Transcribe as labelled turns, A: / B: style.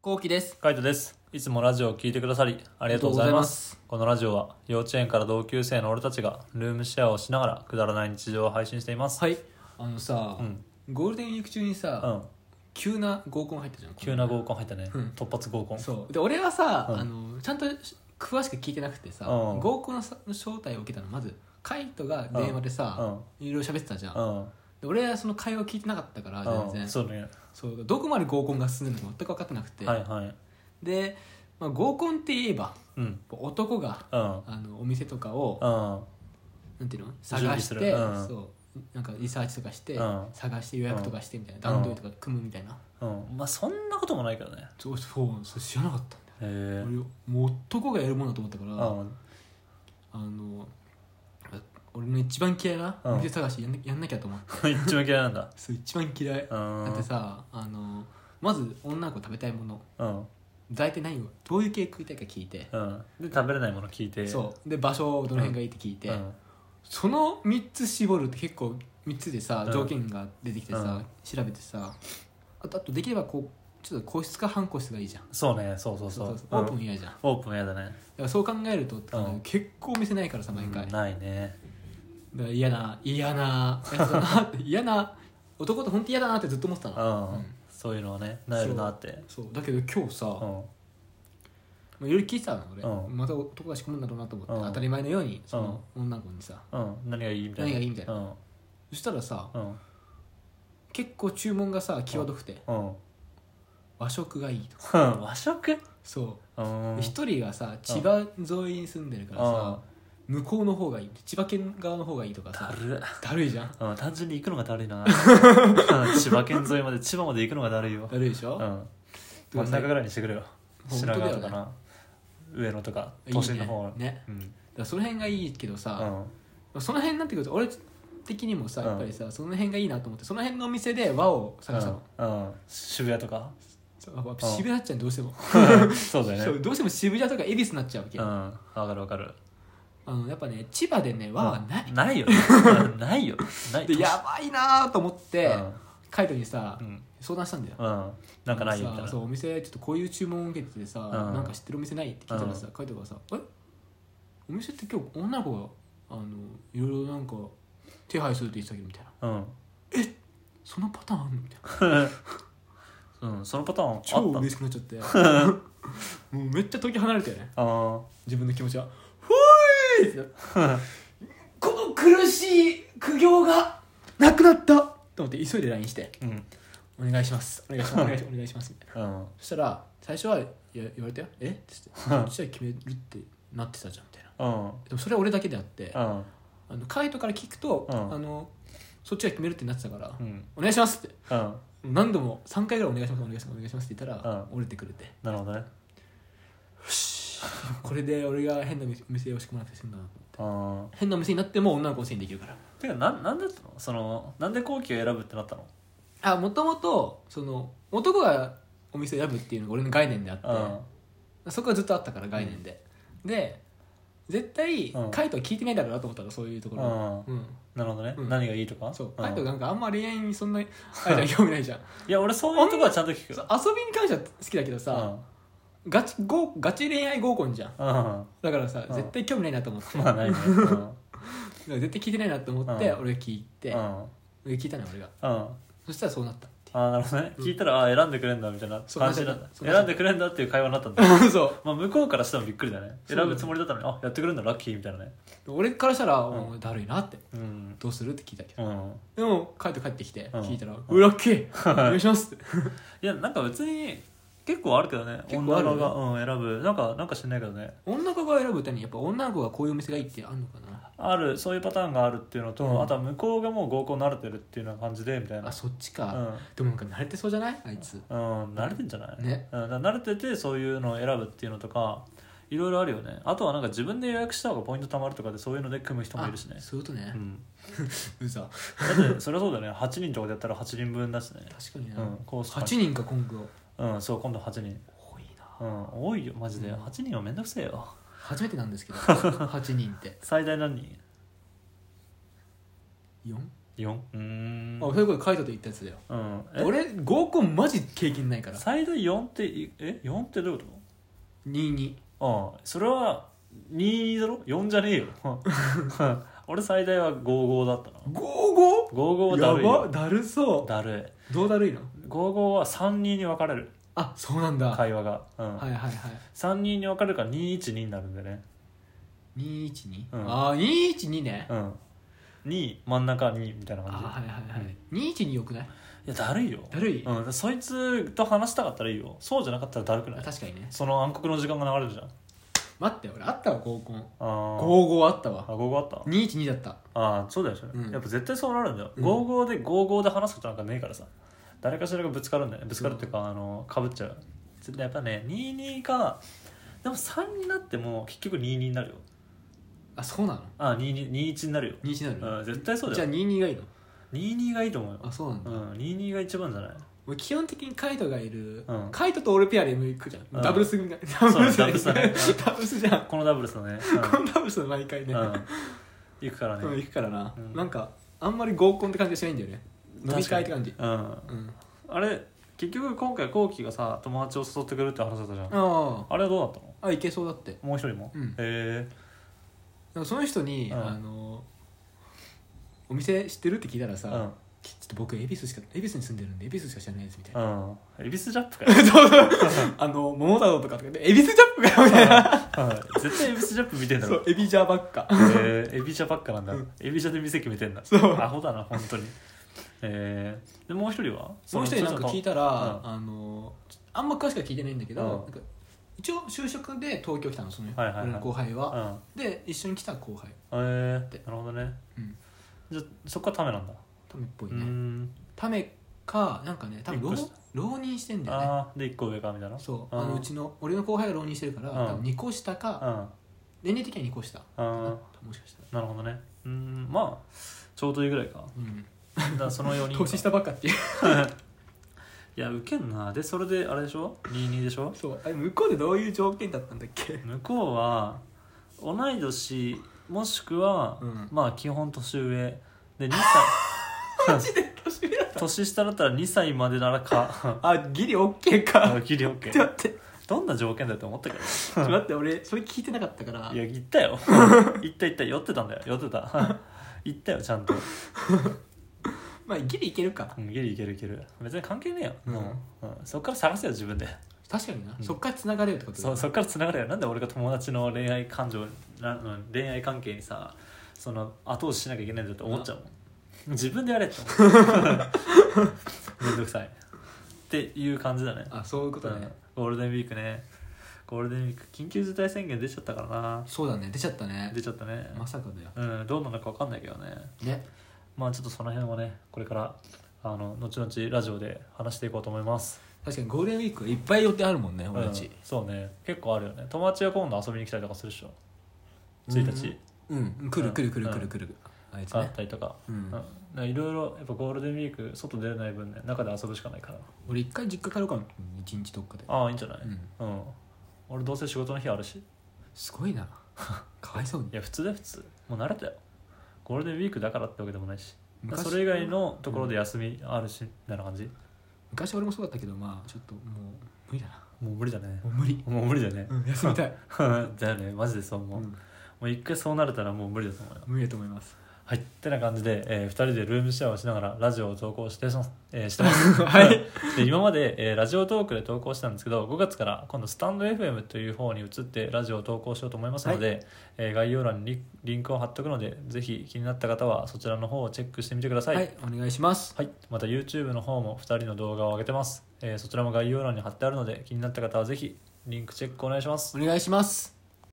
A: こうきです。
B: カイトです。いつもラジオを聞いてくださりありがとうございます。このラジオは幼稚園から同級生の俺たちがルームシェアをしながらくだらない日常を配信しています。
A: はい。あのさ、
B: うん。
A: ゴールデンウィーク中にさ、
B: うん。
A: 急な合コン入ったじゃん。
B: 急な合コン入ったね。
A: うん
B: 突発合コン。
A: そう。で、俺はさ、
B: うん
A: あの、ちゃんとし詳しく聞いてなくてさ、
B: うん
A: 合コンのさ招待を受けたの、まず、カイトが電話でさ、いろいろ喋ってたじゃん。
B: うん。
A: で俺はその会話を聞いてなかったから、全
B: う
A: 然。
B: ん。そうね。
A: そう。どこまで合コンが進んでるのか全く分かってなくて。
B: はいはい。
A: で、まあ、合コンって言えば、
B: うん。
A: 男が、
B: うん。
A: あのお店とかを、
B: うん。
A: なんていうの
B: 準
A: 探
B: 備
A: し
B: する
A: て、
B: うん
A: そうなんかリサーチとかして、
B: うん
A: 探して予約とかしてみたいな、
B: うん
A: 段取りとか組むみたいな、
B: うん。まあそんなこともないけどね。
A: そうそうそれ知らなかったんだよ
B: へえ。
A: 俺もう男がやるもんだと思ったから、
B: う
A: あ
B: ん。
A: の俺の一番嫌いな
B: うん
A: お店探しやんなやんなきゃと 思って、
B: 一番嫌いなんだ。
A: そう一番嫌い、
B: うん。
A: だってさあのまず女の子食べたいもの
B: うん。
A: 大体何をどういう系食いたいか聞いて、
B: うん。で、食べれないもの聞いて。
A: そうで場所どの辺がいいって聞いて、
B: うん。
A: その3つ絞るって結構3つでさ
B: うん
A: 条件が出てきてさ、
B: うん
A: 調べてさあとあとできればこうちょっと個室か半個室がいいじゃん
B: そうね。そうそうそう。
A: オープ
B: うん
A: ン嫌いじゃんだか
B: オープン嫌だね。
A: らそう考えると、
B: ん
A: 結構見せないからさ毎回、
B: うん
A: だか
B: ないね。
A: ら嫌な嫌なやつだなって 嫌な男って本当嫌だなってずっと思ってた
B: う
A: の、
B: ん、そういうのはねなえるなって
A: そうだけど今日さ、
B: う
A: ま
B: ん
A: あ、いろいろ聞いてたの俺、
B: うん
A: また男が仕込むんだろうなと思って、
B: うん
A: 当たり前のようにその女の子にさ
B: うん何がいいみたいな
A: 何がいいみたいな
B: うん
A: そしたらさ
B: うん
A: 結構注文がさ際どくて
B: うん
A: 和食がいいと
B: 和食
A: そう
B: うん
A: 一人がさ千葉沿いに住んでるからさ、向こうの方がいい千葉県側の方がいいとか
B: だ
A: さ
B: る
A: だるいじゃん
B: うん単純に行くのがだる いなうん千葉県沿いまで千葉まで行くのがだるいよ
A: だるいでし
B: う
A: ょ、
B: ん真ん中ぐらいにしてくれよ
A: 本当だよ
B: 品
A: ね
B: 川とかな上野とか都心の方
A: いいねね
B: うん
A: だからその辺がいいけど
B: う
A: さ、
B: ん
A: その辺になってくると俺的にもさ
B: うん
A: やっぱりさ、その辺がいいなと思ってその辺のお店で和を探したの、
B: うんうん渋谷 とか
A: そうやっぱ渋谷になっちゃうどうしても、
B: そうだよ
A: そ
B: ね
A: うどうしても渋谷とか恵比寿になっちゃうわけ、
B: うんわかるわかる
A: あのやっぱね千葉でね和はない、
B: な いようんないよない
A: でやばいなーと思って、
B: うん
A: カイトにさ、
B: うん
A: 相談したんだよ、
B: うんなんかないよみたい
A: さ
B: な
A: そうお店ちょっとこういう注文を受けててさ、
B: ん
A: なんか知ってるお店ないって聞いたらさ、書いてからさ「えお店って今日女の子があのいろいろなんか手配するって言ってたけど」みたいな
B: うん
A: 「そのパターンあんの?」みたいな
B: うん、そのパターンあった
A: 超
B: ん
A: 嬉
B: だ
A: しくなっちゃって もうめっちゃ解き放れたよね
B: あ
A: 自分の気持ちは「ほーい!」ってこの苦しい苦行がなくなったと思って急いで LINE して
B: ーうん
A: 「お願いしますお願いしますお願いし ますお願いします」みたいな
B: うん
A: そしたら最初はや言われたよ「えっ?」て言 って「そっちは決める」ってなってたじゃんみたいな
B: うん
A: でもそれは俺だけであって
B: うん
A: あのカイトから聞くと、
B: うん
A: あのそっちは決めるってなってたから「
B: うん
A: お願いします」って
B: うん
A: 何度も3回ぐらい「お願いしますお願いしますお願いします」って言ったら、
B: う
A: 折れてくれて
B: なるほどね
A: これで俺が変な店店を仕込まなくて済んだなと思って
B: うん
A: 変な店になっても女の子のせいにできるから
B: てかなんなんだったのそのなんで後期を選ぶってなったの
A: あもともとその男がお店を選ぶっていうのが俺の概念であって、
B: う
A: そこはずっとあったから概念で、で絶対
B: うん
A: カイトは聞いてないだろうなと思ったらそういうとこ
B: ん
A: ろ
B: うん
A: うん、
B: なるほどね
A: うん
B: 何がいいとか
A: そうカイト
B: ん
A: なんかあんま恋愛にそんなあれじゃん興味ないじゃん
B: いや俺 そういうとこはちゃんと聞く
A: そう
B: よ
A: 遊びに関しては好きだけどさ、ガチ合ガチ恋愛合コンじゃん
B: うんうん
A: だからさ、
B: うん
A: 絶対興味ないなと思って、
B: まあないねうん
A: だから絶対聞いてないなと思って、
B: うん
A: 俺が聞いて、
B: うんうん
A: 俺聞いたのよ俺が
B: あ
A: そしたらそうなったってい
B: ーなるほどね聞いたらあー選んでくれんだみたいな
A: そう
B: 感じなんだ
A: そう
B: 選んでくれんだっていう会話になったんだ
A: う そう
B: まあ向こうからしてもびっくりだね
A: そう
B: 選
A: だね
B: ぶつもりだったのにあやってくれるんだラッキーみたいなね
A: 俺からしたら、もうだるいなって
B: うん
A: どうするって聞いたけど
B: うん
A: でもカイト帰ってきて
B: うん
A: 聞いたら「うラッキーお願いします」って
B: いやなんか別に結構あるけどね
A: 結構あるよね
B: 女側が、うん、選ぶなんかなんか知んないけどね
A: 女の子が選ぶ歌にやっぱ女の子がこういうお店がいいってあんのかな
B: あるそういうパターンがあるっていうのと、
A: うん
B: あとは向こうがもう合コン慣れてるっていうような感じでみたいな
A: あそっちか、でもなんか慣れてそうじゃないあいつ
B: うん、うん、慣れてんじゃない、
A: ね
B: うん、だから慣れててそういうのを選ぶっていうのとかいろいろあるよねあとはなんか自分で予約した方がポイント貯まるとかでそういうので組む人もいるしね
A: あそういうことね
B: うん、
A: うざ
B: だってそれはそうだよね8人とかでやったら8人分だしね、
A: 確かに
B: う、
A: なん
B: コース
A: 8人か今後
B: うんそう今度8人
A: 多いな
B: うん多いよマジで、
A: うん
B: 8人はめんどくせえよ
A: 初めてなんですけど8人って
B: 最大何人
A: 4
B: 4うーん
A: あそういうこと書いたと言ったやつだよ
B: うんえ
A: 俺合コンマジ経験ないから
B: 最大4っていえ4ってどういうこ
A: 22
B: とうんそれは2だろ4じゃねえよ 俺最大は55だったな
A: 55?
B: 55だ
A: や
B: るいよ
A: ばだるそ
B: だる
A: うどうだるいの
B: い55は3人に分かれる
A: あそうなんだ、
B: 会話が、うん
A: はいはいはい
B: 3人に分かれるから212になるんだよね
A: 212、
B: うん
A: ああ212ね、
B: うん2真ん中2みたいな
A: あ
B: 感じ
A: はいはいは
B: うん
A: い212よくない
B: いやだるいよ
A: だるい、
B: うん、そいつと話したかったらいいよそうじゃなかったらだるくない
A: 確かにね
B: その暗黒の時間が流れるじゃん
A: 待って俺あったわ合コン
B: あー
A: 55あったわ
B: あ55あった
A: 212だった
B: ああそうだよ、ね
A: うん
B: やっぱ絶対そうなるんだよ
A: うん
B: 55で55で話すことなんかねえからさ誰かしらがぶつかるんだよねぶつかるっていうか、あのかぶっちゃう絶対やっぱね22がでも3になっても結局22になるよ
A: あそうなの
B: ああ21になるよ、
A: 21なの、
B: うん、絶対そうだ
A: じゃあ
B: よ
A: 22がいいの
B: 22がいいと思うよ
A: あそうなん
B: う
A: だ、
B: ん22が一番じゃない
A: 俺基本的にカイトがいる、
B: うん
A: カイトと俺ペアで向くじゃん、
B: うん
A: ダブルス組 がダ
B: う
A: ブルス
B: ダブルスだねうん
A: ダブルスじゃん、
B: このダブルスのね、
A: このダブルスの毎回
B: う
A: ね、
B: んうん、行くからね、
A: うん行くからな、
B: うん
A: なんかあんまり合コンって感じがしないんだよね飲み会って感じ
B: 確かにう
A: う
B: ん
A: ん
B: あれ結局今回こうきがさ友達を誘ってくれるって話だったじゃん
A: あ
B: あれはどうだったの
A: ああいけそうだって
B: もう一人も、
A: うん
B: へえ
A: でもその人に、
B: うん
A: あのお店知ってるって聞いたらさ、
B: うん
A: ちょっと僕恵比寿しか恵比寿に住んでるんで恵比寿しか知らないですみたいな、
B: うん恵比寿ジャップかよ
A: あの桃太郎とかとかで恵比寿ジャップかよみたいな
B: うん絶対恵比寿ジャップ見てんだ
A: そ
B: ろ
A: うエビジャーばっか
B: えー、エビジャばっかなんだ、
A: うん
B: エビジャで店決めてんだ
A: そう
B: アホだな本当にえー、でもう一人は
A: その人になんか聞いたら、
B: うん
A: あのあんま詳しくは聞いてないんだけど、
B: うん
A: なんか一応就職で東京来たのその、
B: はいはいはい
A: 俺の後輩は、
B: うん
A: で一緒に来た後輩
B: えー、なるほどね
A: うん
B: じゃあそっからためなんだ
A: タメっぽいうね、
B: ん
A: タメかなんかね多分浪
B: びっくりし
A: 浪人してんだよね
B: ああで一個上かみたいな
A: そう
B: うん
A: あのうちの俺の後輩が浪人してるから、
B: うん
A: 多分2個下か、
B: うんあ
A: 年齢的には2個下
B: あ
A: もしかしたら、
B: なるほどねうんまあちょうどいいぐらいか
A: うん、
B: だからその4人か
A: 年下ばっかっていう
B: いやウケんなでそれであれでしょ22でしょ
A: そうあれ向こうでどういう条件だったんだっけ
B: 向こうは同い年もしくは、
A: うん
B: まあ基本年上で2
A: マ
B: 歳
A: ジで年上だ
B: 年下だったら2歳までならか
A: あギリオッケーか
B: あギリオッ
A: ち
B: ケ
A: ょっと待
B: ー
A: って
B: どんな条件だよって思ったけ
A: ちょっと待って俺それ聞いてなかったから
B: どいや言った よ言った言った酔ってたんだよ酔ってた 言ったよちゃんと、
A: まあギリいけるか
B: うん、ギリいけるいける別に関係ねえよ、
A: うん
B: うんそっから探せよ自分で
A: 確かにな、
B: うん
A: そっから繋がれるってことだ
B: そ
A: よ
B: うそっからつながるよなんで俺が友達の恋愛感情なうん恋愛関係にさその後押ししなきゃいけないんだって思っちゃうもん自分でやれと めんどくさいっていう感じだね
A: あそういうことだね、
B: うんゴールデンウィークねゴールデンウィーク緊急事態宣言出ちゃったからな
A: そうだね出ちゃったね
B: 出ちゃったね、
A: まさかだよ
B: うんどうなのか分かんないけどね
A: ね
B: まあちょっとその辺はねこれからあの後々ラジオで話していこうと思います
A: 確かにゴールデンウィークはいっぱい予定あるもんね俺た
B: うん
A: ち
B: そうね結構あるよね友達が今度遊びに来たりとかするでしょ
A: うん
B: 1日、
A: うん、来る来る来る
B: うん
A: 来る来る、あいつ
B: あ
A: ね
B: ったりとか、
A: うん
B: うんだからいろいろやっぱゴールデンウィーク外出れない分ね中で遊ぶしかないから
A: 俺一回実家帰ろうかな一日どっかで
B: ああいいんじゃない
A: うん
B: うん、俺どうせ仕事の日あるしい
A: すごいな かわいそうに
B: や普通だよ普通もう慣れたよゴールデンウィークだからってわけでもないし
A: 昔
B: それ以外のところで休みあるし、みたいな感じ
A: 昔俺もそうだったけどまあちょっともう無理だな
B: もう無理だね
A: もう無理、
B: もう無理だね、
A: うん、休みたい、
B: だよねマジでそう思う、
A: うん
B: もう一回そうなれたらもう無理だと思うよ
A: 無理だと思います
B: はいってな感じで、え2人でルームシェアをしながらラジオを投稿してします、えーしてま す
A: はい
B: で今まで、えーラジオトークで投稿してたんですけど5月から今度スタンド FM という方に移ってラジオを投稿しようと思いますので、えー概要欄にリリンクを貼っておくのでぜひ気になった方はそちらの方をチェックしてみてくださ、
A: はいい、お願いします
B: はい、また YouTube の方も2人の動画を上げてます、えーそちらも概要欄に貼ってあるので気になった方はぜひリンクチェックお願いします
A: お願いします